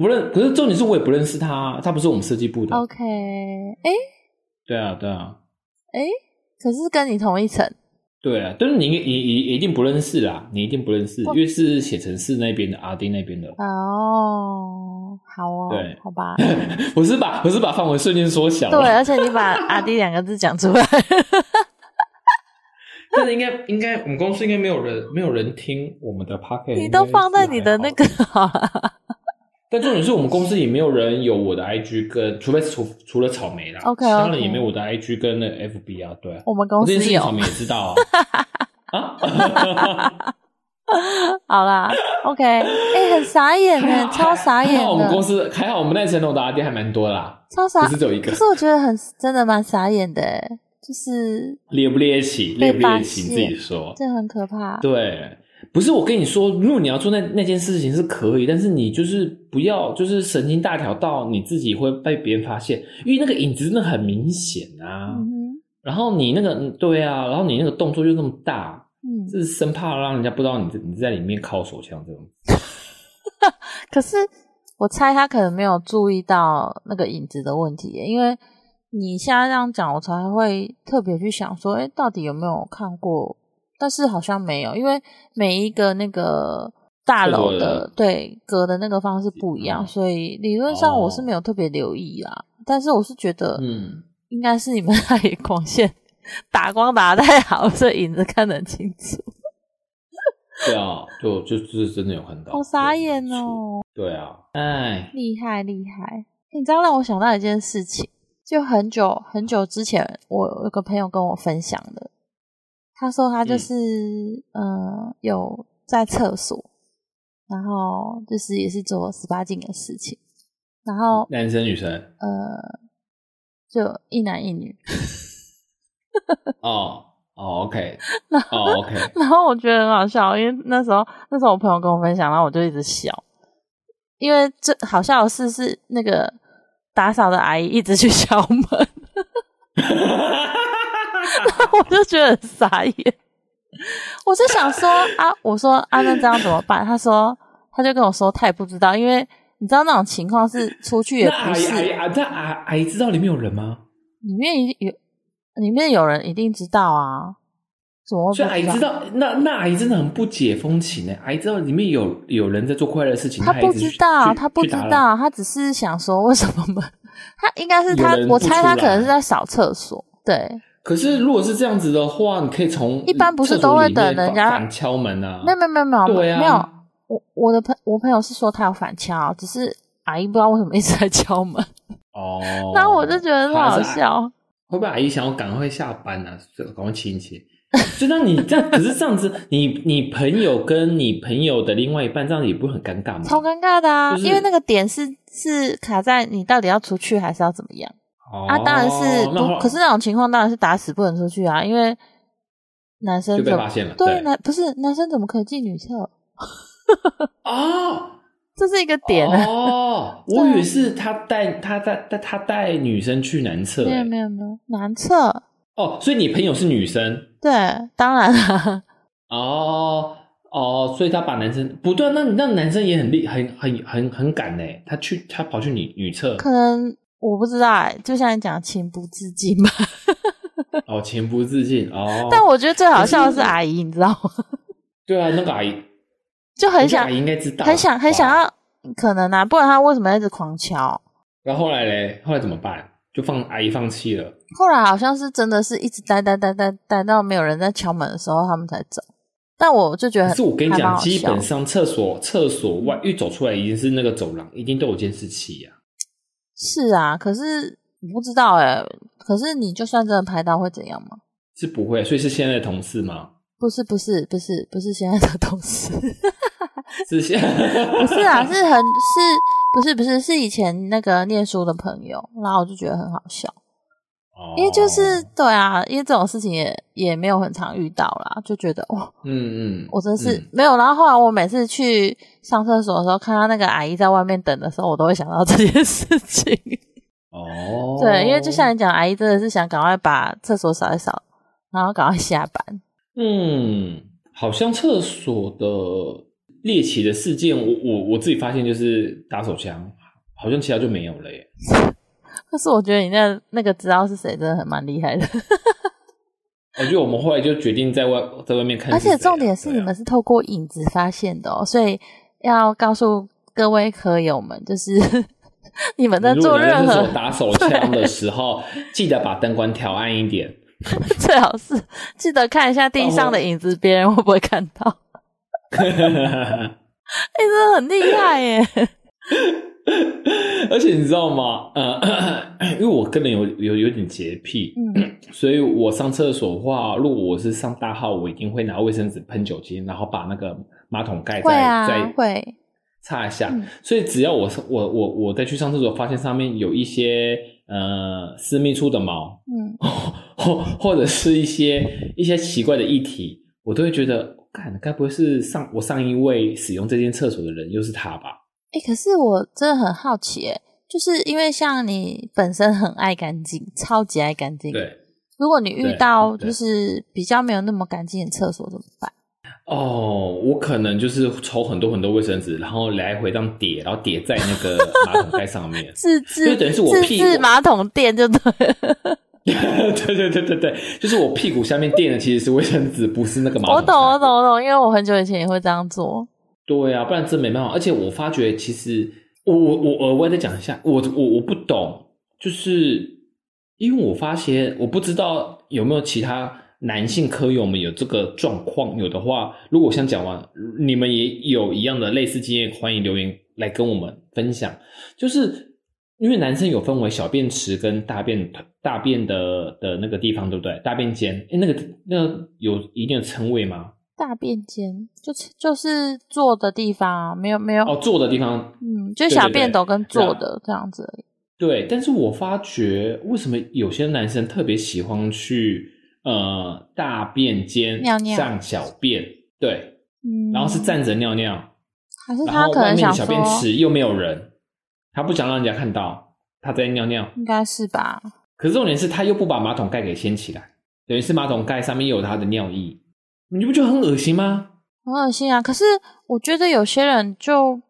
[SPEAKER 1] 不认，可是重点是我也不认识他啊，他不是我们设计部的。
[SPEAKER 2] OK，哎、
[SPEAKER 1] 对啊，对啊，
[SPEAKER 2] 可是跟你同一层，
[SPEAKER 1] 对啊，但是你你你一定不认识啦，你一定不认识，因为是写程式那边的阿丁那边的。
[SPEAKER 2] 哦，哦，好哦，
[SPEAKER 1] 对
[SPEAKER 2] 好 吧，
[SPEAKER 1] 我是把我是把范围瞬间缩小
[SPEAKER 2] 对，
[SPEAKER 1] 了，
[SPEAKER 2] 而且你把“阿弟”两个字讲出来，
[SPEAKER 1] 但是应该应该我们公司应该没有人没有人听我们的 p o c k e t
[SPEAKER 2] 你都放在你的那个好了。
[SPEAKER 1] 但重点是我们公司也没有人有我的 IG 跟，除非除除了草莓啦
[SPEAKER 2] OK，OK
[SPEAKER 1] 其他人也没有我的 IG 跟那个 FB 啊，对啊。
[SPEAKER 2] 我们公
[SPEAKER 1] 我这
[SPEAKER 2] 司
[SPEAKER 1] 件事情
[SPEAKER 2] 有，
[SPEAKER 1] 草莓也知道啊。啊，
[SPEAKER 2] 好啦，OK，哎、很傻眼呢，超傻眼
[SPEAKER 1] 还好 我们公
[SPEAKER 2] 的，啊
[SPEAKER 1] 司还好，我们那层楼的 RD 还蛮多啦，
[SPEAKER 2] 超傻
[SPEAKER 1] 不。是只有一个
[SPEAKER 2] 可。是我觉得很真的蛮傻眼的耶，就是
[SPEAKER 1] 猎不猎奇？猎
[SPEAKER 2] 被
[SPEAKER 1] 不猎
[SPEAKER 2] 发
[SPEAKER 1] 奇？
[SPEAKER 2] 现啊
[SPEAKER 1] 你自己说。
[SPEAKER 2] 这很可怕。
[SPEAKER 1] 对，不是我跟你说，如果你要做那那件事情是可以，但是你就是不要就是神经大条到你自己会被别人发现，因为那个影子真的很明显啊。
[SPEAKER 2] 嗯
[SPEAKER 1] 然后你那个嗯对啊，然后你那个动作又那么大，
[SPEAKER 2] 哼，嗯，
[SPEAKER 1] 就是生怕让人家不知道你在你在里面靠手枪这种。
[SPEAKER 2] 可是我猜他可能没有注意到那个影子的问题耶，因为你现在这样讲，我才会特别去想说，哎，到底有没有看过？但是好像没有，因为每一个那个大楼
[SPEAKER 1] 厕所
[SPEAKER 2] 的
[SPEAKER 1] 的
[SPEAKER 2] 对隔的那个方式不一样，
[SPEAKER 1] 嗯
[SPEAKER 2] 所以理论上
[SPEAKER 1] 哦
[SPEAKER 2] 我是没有特别留意啦。但是我是觉得，
[SPEAKER 1] 嗯，
[SPEAKER 2] 应该是你们那里光线 打光打得太好，所以影子看得很清楚。
[SPEAKER 1] 对啊，就就就是真的有看到，
[SPEAKER 2] 好傻眼哦，
[SPEAKER 1] 对啊，哎，
[SPEAKER 2] 厉害厉害！你知道让我想到一件事情，就很久很久之前，我有个朋友跟我分享的，他说他就是、呃有在厕所，然后就是也是做十八禁的事情，然后
[SPEAKER 1] 男生女生
[SPEAKER 2] 呃就一男一女，
[SPEAKER 1] 哦哦，OK，
[SPEAKER 2] 然后
[SPEAKER 1] 哦 OK，
[SPEAKER 2] 然后我觉得很好笑，因为那时候那时候我朋友跟我分享，然后我就一直笑，因为这好笑的事是那个打扫的阿姨一直去敲门， 我就觉得很傻眼。我就想说啊，我说啊，那这样怎么办？他说，他就跟我说他也不知道，因为你知道那种情况是出去也
[SPEAKER 1] 那
[SPEAKER 2] 不
[SPEAKER 1] 阿姨
[SPEAKER 2] 是，
[SPEAKER 1] 阿姨啊，那阿阿姨知道里面有人吗？
[SPEAKER 2] 里面一定有里面有人一定知道啊，怎么会
[SPEAKER 1] 所以
[SPEAKER 2] 不
[SPEAKER 1] 阿姨知道，那那阿姨真的很不解风情呢。阿姨知道里面有有人在做快乐的事情，
[SPEAKER 2] 他
[SPEAKER 1] 她
[SPEAKER 2] 不
[SPEAKER 1] 一直
[SPEAKER 2] 知
[SPEAKER 1] 去
[SPEAKER 2] 道，
[SPEAKER 1] 去
[SPEAKER 2] 他不
[SPEAKER 1] 去
[SPEAKER 2] 知
[SPEAKER 1] 打扰
[SPEAKER 2] 道，他只是想说为什么门？他应该是他
[SPEAKER 1] 有人，不
[SPEAKER 2] 我猜他
[SPEAKER 1] 出来
[SPEAKER 2] 可能是在扫厕所。对，
[SPEAKER 1] 可是如果是这样子的话，你可以从
[SPEAKER 2] 一般不是都会等
[SPEAKER 1] 厕所
[SPEAKER 2] 人家
[SPEAKER 1] 里面反反敲门啊？
[SPEAKER 2] 没有没有没有没有
[SPEAKER 1] 对啊，
[SPEAKER 2] 没有。我我的朋我朋友是说他有反敲，啊只是阿姨不知道为什么一直在敲门，
[SPEAKER 1] 哦，
[SPEAKER 2] 然后我就觉得很好
[SPEAKER 1] 还是阿。
[SPEAKER 2] 笑。
[SPEAKER 1] 会不会阿姨想要赶快下班啊？就赶快亲一亲。就那你这样，可是这样子，你你朋友跟你朋友的另外一半，这样子也不会很尴尬吗？
[SPEAKER 2] 超尴尬的啊，
[SPEAKER 1] 就是
[SPEAKER 2] 因为那个点是是卡在你到底要出去还是要怎么样、
[SPEAKER 1] 哦
[SPEAKER 2] 啊？当然是
[SPEAKER 1] 那
[SPEAKER 2] 不，
[SPEAKER 1] 后
[SPEAKER 2] 可是那种情况当然是打死不能出去啊，因为男生
[SPEAKER 1] 就
[SPEAKER 2] 怎
[SPEAKER 1] 被
[SPEAKER 2] 么
[SPEAKER 1] 发现了。
[SPEAKER 2] 对男不是男生怎么可以进女厕？
[SPEAKER 1] 哦
[SPEAKER 2] 这是一个点啊，
[SPEAKER 1] 哦，我以为是他带他带带他带女生去男厕、
[SPEAKER 2] 没有
[SPEAKER 1] 欸，
[SPEAKER 2] 没有没有男厕，
[SPEAKER 1] 哦，所以你朋友是女生
[SPEAKER 2] 对，当然了，
[SPEAKER 1] 哦哦，所以他把男生不对啊，那那男生也很厉很很很很敢呢、他去他跑去女女厕，
[SPEAKER 2] 可能我不知道、哎，就像你讲情不自禁吧。
[SPEAKER 1] 哦，情不自禁哦，
[SPEAKER 2] 但我觉得最好笑的是阿姨，你知道吗？
[SPEAKER 1] 对啊，那个阿姨
[SPEAKER 2] 就
[SPEAKER 1] 我
[SPEAKER 2] 很
[SPEAKER 1] 觉得
[SPEAKER 2] 想
[SPEAKER 1] 阿姨应该知道，
[SPEAKER 2] 很想很想
[SPEAKER 1] 吧。
[SPEAKER 2] 要，可能啊，不然他为什么要一直狂敲？
[SPEAKER 1] 然后后来嘞，后来怎么办？就放阿姨放弃了。
[SPEAKER 2] 后来好像是真的是一直待待待待待到没有人在敲门的时候，他们才走。但我就觉得
[SPEAKER 1] 可
[SPEAKER 2] 很，
[SPEAKER 1] 是我跟你
[SPEAKER 2] 还蛮
[SPEAKER 1] 讲，
[SPEAKER 2] 好
[SPEAKER 1] 基
[SPEAKER 2] 笑
[SPEAKER 1] 本上厕所厕所外一走出来已经是那个走廊，一定都有监视器啊呀、
[SPEAKER 2] 是啊，可是我不知道哎、可是你就算真的拍到会怎样吗？
[SPEAKER 1] 是不会，啊所以是现在的同事吗？
[SPEAKER 2] 不是不是不是不是现在的同事，
[SPEAKER 1] 是现
[SPEAKER 2] 不是啊，是很是不是不是是以前那个念书的朋友，然后我就觉得很好笑，
[SPEAKER 1] 哦
[SPEAKER 2] 因为就是对啊，因为这种事情也也没有很常遇到啦，就觉得哇，
[SPEAKER 1] 嗯嗯，
[SPEAKER 2] 我真是、
[SPEAKER 1] 嗯
[SPEAKER 2] 没有。然后后来我每次去上厕所的时候，看到那个阿姨在外面等的时候，我都会想到这件事情。
[SPEAKER 1] 哦，
[SPEAKER 2] 对，因为就像你讲，阿姨真的是想赶快把厕所扫一扫，然后赶快下班。
[SPEAKER 1] 嗯，好像厕所的猎奇的事件，我我我自己发现就是打手枪，好像其他就没有了耶。
[SPEAKER 2] 但是我觉得你那那个知道是谁，真的很蛮厉害的。
[SPEAKER 1] 我觉得我们后来就决定在外在外面看
[SPEAKER 2] 而
[SPEAKER 1] 是谁啊，
[SPEAKER 2] 且重点是
[SPEAKER 1] 对啊
[SPEAKER 2] 你们是透过影子发现的哦，所以要告诉各位科友们，就是 你们在
[SPEAKER 1] 如果
[SPEAKER 2] 做
[SPEAKER 1] 你在
[SPEAKER 2] 任
[SPEAKER 1] 厕
[SPEAKER 2] 何
[SPEAKER 1] 所打手枪的时候，记得把灯光调暗一点。
[SPEAKER 2] 最好是记得看一下地上的影子，别人会不会看到？ 哎、真的很厉害耶！
[SPEAKER 1] 而且你知道吗？呃， 因为我个人有有有点洁癖，
[SPEAKER 2] 嗯
[SPEAKER 1] 所以我上厕所的话，如果我是上大号，我一定会拿卫生纸喷酒精，然后把那个马桶盖
[SPEAKER 2] 会
[SPEAKER 1] 再、
[SPEAKER 2] 啊
[SPEAKER 1] 再，
[SPEAKER 2] 会，
[SPEAKER 1] 擦一下。
[SPEAKER 2] 嗯
[SPEAKER 1] 所以只要我上我我我再去上厕所，发现上面有一些呃私密处的毛，
[SPEAKER 2] 嗯，
[SPEAKER 1] 或或者是一些一些奇怪的议题，我都会觉得，看，该不会是上我上一位使用这间厕所的人又是他吧？
[SPEAKER 2] 哎、可是我真的很好奇耶，就是因为像你本身很爱干净，超级爱干净。
[SPEAKER 1] 对，
[SPEAKER 2] 如果你遇
[SPEAKER 1] 对
[SPEAKER 2] 到
[SPEAKER 1] 对
[SPEAKER 2] 就是比较没有那么干净的厕所怎么办？
[SPEAKER 1] 哦，我可能就是抽很多很多卫生纸，然后来回这样叠，然后叠在那个马桶盖上面。
[SPEAKER 2] 自制
[SPEAKER 1] 就等于是我
[SPEAKER 2] 自
[SPEAKER 1] 屁股
[SPEAKER 2] 制
[SPEAKER 1] 啊
[SPEAKER 2] 马桶垫就对了。
[SPEAKER 1] 对对对对对，就是我屁股下面垫的其实是卫生纸，不是那个马桶。
[SPEAKER 2] 我懂我懂。我懂，因为我很久以前也会这样做。
[SPEAKER 1] 对啊，不然真没办法。而且我发觉，其实我我我额外再讲一下，我我我不懂，就是因为我发现我不知道有没有其他男性科友们有这个状况，有的话，如果我想讲完，你们也有一样的类似经验，欢迎留言来跟我们分享。就是因为男生有分为小便池跟大便大便的的那个地方，对不对？大便间，诶那个那个有一定的称谓吗？
[SPEAKER 2] 大便间就是就是坐的地方啊，没有没有，
[SPEAKER 1] 哦，坐的地方
[SPEAKER 2] 嗯，就
[SPEAKER 1] 对
[SPEAKER 2] 小
[SPEAKER 1] 对
[SPEAKER 2] 便
[SPEAKER 1] 对啊
[SPEAKER 2] 斗跟坐
[SPEAKER 1] 那
[SPEAKER 2] 的这样子而已。
[SPEAKER 1] 对，但是我发觉为什么有些男生特别喜欢去呃大便间
[SPEAKER 2] 尿尿
[SPEAKER 1] 上小便，对，
[SPEAKER 2] 嗯，
[SPEAKER 1] 然后是站着尿尿，
[SPEAKER 2] 还是
[SPEAKER 1] 然
[SPEAKER 2] 他
[SPEAKER 1] 后
[SPEAKER 2] 可
[SPEAKER 1] 外
[SPEAKER 2] 能
[SPEAKER 1] 面
[SPEAKER 2] 想
[SPEAKER 1] 的小
[SPEAKER 2] 说，
[SPEAKER 1] 便池又没有人，他不想让人家看到他在尿尿。
[SPEAKER 2] 应该是吧？
[SPEAKER 1] 可是重点是他又不把马桶盖给掀起来，等于是马桶盖上面有他的尿液，你不觉得很恶心吗？
[SPEAKER 2] 很恶心啊！可是我觉得有些人就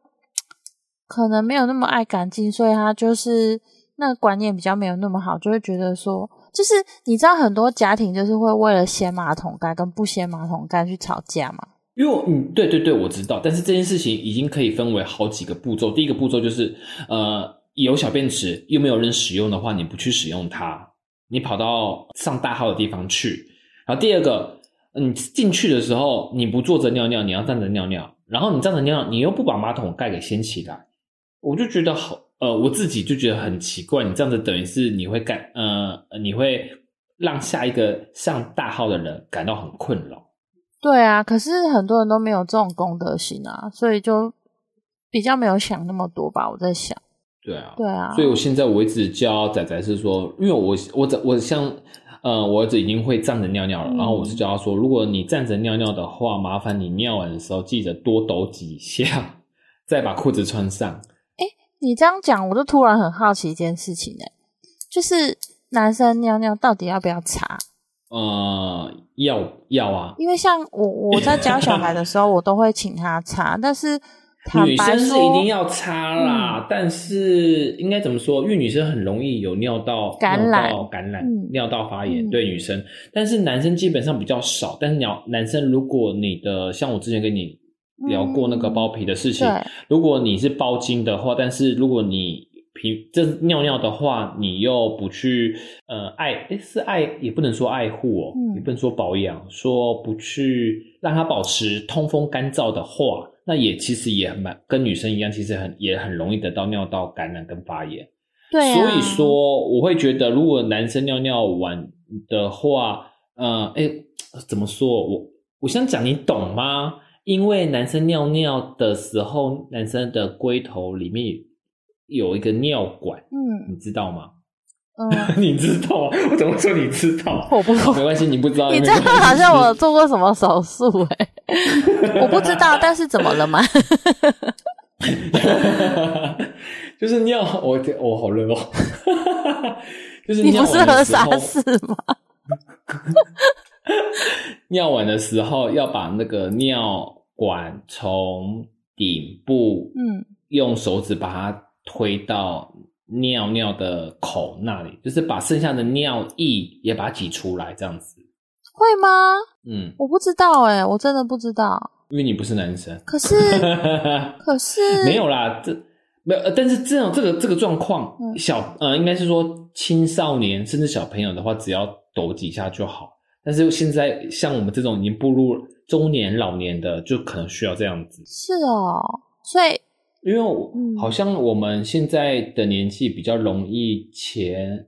[SPEAKER 2] 可能没有那么爱干净，所以他就是那个观念比较没有那么好，就会觉得说，就是你知道很多家庭就是会为了掀马桶盖跟不掀马桶盖去吵架嘛。
[SPEAKER 1] 因为我嗯，对对对，我知道，但是这件事情已经可以分为好几个步骤。第一个步骤就是，呃，有小便池又没有人使用的话，你不去使用它，你跑到上大号的地方去。然后第二个，你进去的时候你不坐着尿尿，你要站着尿尿，然后你站着尿，你又不把马桶盖给掀起来，我就觉得好，呃，我自己就觉得很奇怪，你这样子等于是你会感，呃，你会让下一个上大号的人感到很困扰。
[SPEAKER 2] 对啊，可是很多人都没有这种公德心啊，所以就比较没有想那么多吧。我在想，
[SPEAKER 1] 对啊，
[SPEAKER 2] 对啊，
[SPEAKER 1] 所以我现在我一直教仔仔是说，因为我我我像呃我儿子已经会站着尿尿了，
[SPEAKER 2] 嗯
[SPEAKER 1] 然后我是教他说，如果你站着尿尿的话，麻烦你尿完的时候记得多抖几下， 再把裤子穿上。
[SPEAKER 2] 你这样讲，我就突然很好奇一件事情呢、就是男生尿尿到底要不要擦？
[SPEAKER 1] 呃，要要啊，
[SPEAKER 2] 因为像我我在教小孩的时候，我都会请他擦，但是坦
[SPEAKER 1] 女
[SPEAKER 2] 白
[SPEAKER 1] 生是
[SPEAKER 2] 说，嗯
[SPEAKER 1] 一定要擦啦，但是应该怎么说？因为女生很容易有尿道
[SPEAKER 2] 感染
[SPEAKER 1] 尿道感染、
[SPEAKER 2] 嗯
[SPEAKER 1] 尿道发炎，
[SPEAKER 2] 嗯
[SPEAKER 1] 对女生。但是男生基本上比较少。但是你要男生，如果你的像我之前跟你聊过那个包皮的事情，
[SPEAKER 2] 嗯对，
[SPEAKER 1] 如果你是包茎的话，但是如果你平这尿尿的话，你又不去呃爱，诶是爱也不能说爱护哦，
[SPEAKER 2] 嗯
[SPEAKER 1] 也不能说保养，说不去让它保持通风干燥的话，那也其实也很蛮跟女生一样，其实很也很容易得到尿道感染跟发炎。
[SPEAKER 2] 对、啊，
[SPEAKER 1] 所以说，我会觉得，如果男生尿尿完的话，呃，哎，怎么说？我我想讲，你懂吗？因为男生尿尿的时候，男生的龟头里面有一个尿管，
[SPEAKER 2] 嗯
[SPEAKER 1] 你知道吗？
[SPEAKER 2] 嗯，
[SPEAKER 1] 你知道？啊我怎么说你知道？
[SPEAKER 2] 我不
[SPEAKER 1] 没关系，你不知道。
[SPEAKER 2] 你
[SPEAKER 1] 没
[SPEAKER 2] 这
[SPEAKER 1] 关
[SPEAKER 2] 样
[SPEAKER 1] 系
[SPEAKER 2] 好像我做过什么手术哎、我不知道，但是怎么了吗？
[SPEAKER 1] 就是尿，我我好热哦。 就是
[SPEAKER 2] 你
[SPEAKER 1] 尿
[SPEAKER 2] 不是
[SPEAKER 1] 完
[SPEAKER 2] 喝
[SPEAKER 1] 的时
[SPEAKER 2] 沙
[SPEAKER 1] 候，
[SPEAKER 2] 士吗？
[SPEAKER 1] 尿完的时候要把那个尿管从顶部
[SPEAKER 2] 嗯，
[SPEAKER 1] 用手指把它推到尿尿的口那里，就是把剩下的尿液也把它挤出来，这样子。
[SPEAKER 2] 会吗？
[SPEAKER 1] 嗯，
[SPEAKER 2] 欸我不知道哎、我真的不知道。
[SPEAKER 1] 因为你不是男生。
[SPEAKER 2] 可是可是
[SPEAKER 1] 没有啦，这没有，呃但是这种这个这个状况，
[SPEAKER 2] 嗯
[SPEAKER 1] 小呃，应该是说青少年甚至小朋友的话，只要抖几下就好。但是现在像我们这种已经步入中年老年的，就可能需要这样子，
[SPEAKER 2] 是哦，所以
[SPEAKER 1] 因为我
[SPEAKER 2] 嗯
[SPEAKER 1] 好像我们现在的年纪比较容易前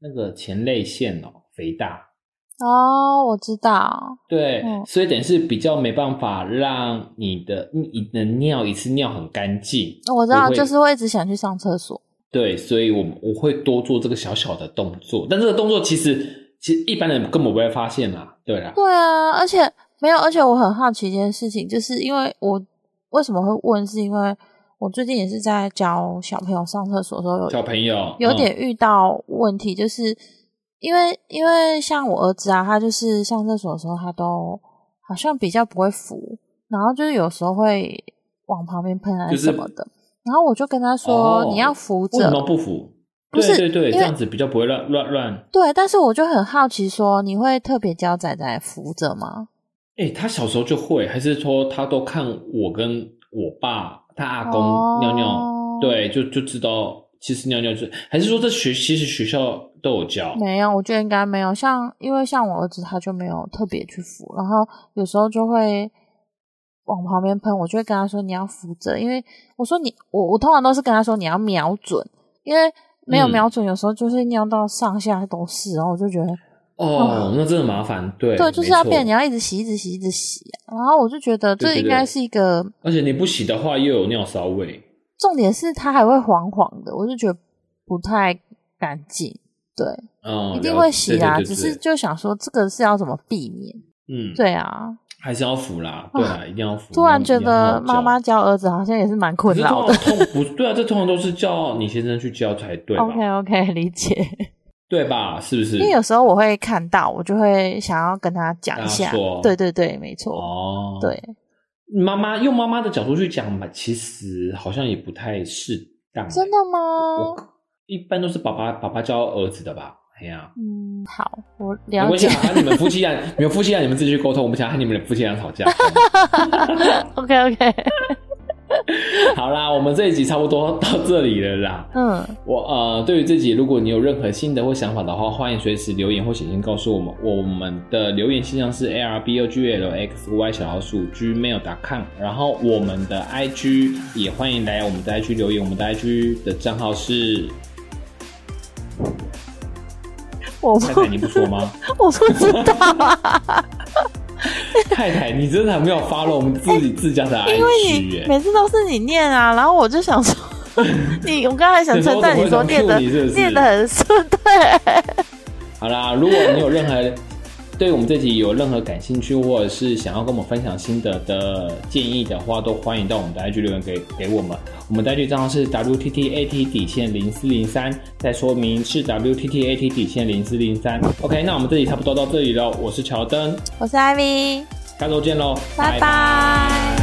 [SPEAKER 1] 那个前列腺哦肥大，
[SPEAKER 2] 哦，我知道，
[SPEAKER 1] 对，
[SPEAKER 2] 嗯
[SPEAKER 1] 所以等于是比较没办法让你的你你的尿一次尿很干净，
[SPEAKER 2] 我知道，
[SPEAKER 1] 不会
[SPEAKER 2] 就是会一直想去上厕所。
[SPEAKER 1] 对，所以我我会多做这个小小的动作，但这个动作其实其实一般人根本不会发现啦，对啦，
[SPEAKER 2] 对啊，而且没有，而且我很好奇一件事情，就是因为我为什么会问，是因为我最近也是在教小朋友上厕所的时候有
[SPEAKER 1] 小朋友嗯
[SPEAKER 2] 有点遇到问题，就是因为因为像我儿子啊，他就是上厕所的时候，他都好像比较不会扶，然后就是有时候会往旁边喷啊
[SPEAKER 1] 就是
[SPEAKER 2] 什么的。然后我就跟他说：“
[SPEAKER 1] 哦
[SPEAKER 2] 你要扶
[SPEAKER 1] 嗯为什么
[SPEAKER 2] 着。
[SPEAKER 1] 不服？
[SPEAKER 2] 不是
[SPEAKER 1] 对对对，
[SPEAKER 2] 因为
[SPEAKER 1] 这样子比较不会乱乱乱”。
[SPEAKER 2] 对，但是我就很好奇说你会特别教仔仔扶着吗？
[SPEAKER 1] 哎、他小时候就会，还是说他都看我跟我爸、他阿公、
[SPEAKER 2] 哦
[SPEAKER 1] 尿尿，对，就就知道其实尿尿就，还是说这学其实学校都有教，
[SPEAKER 2] 没有，我觉得应该没有。像因为像我儿子，他就没有特别去扶，然后有时候就会往旁边喷，我就会跟他说你要扶着，因为我说你我我通常都是跟他说你要瞄准，因为没有
[SPEAKER 1] 嗯
[SPEAKER 2] 瞄准，有时候就是尿到上下都是，然后我就觉得
[SPEAKER 1] 哦，那真的麻烦，对
[SPEAKER 2] 对，就是要变，你
[SPEAKER 1] 没错
[SPEAKER 2] 要一直洗，一直洗，一直洗。啊然后我就觉得
[SPEAKER 1] 对
[SPEAKER 2] 这
[SPEAKER 1] 对
[SPEAKER 2] 应该
[SPEAKER 1] 对
[SPEAKER 2] 是一个
[SPEAKER 1] 而且你不洗的话又有尿骚味，
[SPEAKER 2] 重点，是它还会黄黄的，我就觉得不太干净。对，
[SPEAKER 1] 嗯，
[SPEAKER 2] 一定会洗啦，
[SPEAKER 1] 了解对对对
[SPEAKER 2] 只
[SPEAKER 1] 对
[SPEAKER 2] 是就想说这个是要怎么避免。
[SPEAKER 1] 嗯，
[SPEAKER 2] 对啊，
[SPEAKER 1] 还是要扶啦，对啊，一定要扶。
[SPEAKER 2] 突然觉
[SPEAKER 1] 一定要
[SPEAKER 2] 得
[SPEAKER 1] 好好教
[SPEAKER 2] 妈妈教儿子好像也是蛮
[SPEAKER 1] 可
[SPEAKER 2] 困
[SPEAKER 1] 是
[SPEAKER 2] 扰的。
[SPEAKER 1] 通常通不对啊，这通常都是叫你先生去教才对啊吧？
[SPEAKER 2] OK OK，理 解。
[SPEAKER 1] 对吧？是不是？
[SPEAKER 2] 因为有时候我会看到，我就会想要跟他讲一下
[SPEAKER 1] 跟他说。
[SPEAKER 2] 对对对，没错。
[SPEAKER 1] 啊哦，，
[SPEAKER 2] 对，
[SPEAKER 1] 妈妈用妈妈的角度去讲嘛，其实好像也不太适当。
[SPEAKER 2] 真的吗？
[SPEAKER 1] 我，一般都是爸爸爸爸教儿子的吧？哎呀。
[SPEAKER 2] 嗯，好，我
[SPEAKER 1] 没
[SPEAKER 2] 了
[SPEAKER 1] 关系
[SPEAKER 2] 解
[SPEAKER 1] 啊。，啊你们夫妻俩，你们夫妻俩，你们自己去沟通。我们想和你们的夫妻俩 吵架。啊
[SPEAKER 2] OK OK，
[SPEAKER 1] 好啦，我们这一集差不多到这里了啦。
[SPEAKER 2] 嗯，
[SPEAKER 1] 我呃，对于自己，如果你有任何心得或想法的话，欢迎随时留言或写信告诉我们。我们的留言信箱是 a r b o g l x y 小老鼠 gmail.com，然后我们的 IG 也欢迎来我们的 IG 留言，我们的 IG 的账号是，
[SPEAKER 2] 我
[SPEAKER 1] 太
[SPEAKER 2] 不
[SPEAKER 1] 太你不说吗？
[SPEAKER 2] 我不知道啊，
[SPEAKER 1] 太太，你真的还没有 follow 我们自己自家的
[SPEAKER 2] 因为
[SPEAKER 1] IG 耶、
[SPEAKER 2] 你每次都是你念啊，然后我 就想说，你我刚才想称赞你说念的
[SPEAKER 1] 你说我怎么会想 cue 你是不是
[SPEAKER 2] 念的 很顺，对，
[SPEAKER 1] 好啦，如果你有任何对我们这集有任何感兴趣，或者是想要跟我们分享心得的建议的话，都欢迎到我们的 IG 留言给给我们。我们的 IG 账号是 WTTAT 底线零四零三，再说明是 WTTAT 底线零四零三。OK，那我们这集差不多到这里了，我是乔登，
[SPEAKER 2] 我是 Ivy，
[SPEAKER 1] 下周见喽，
[SPEAKER 2] 拜拜。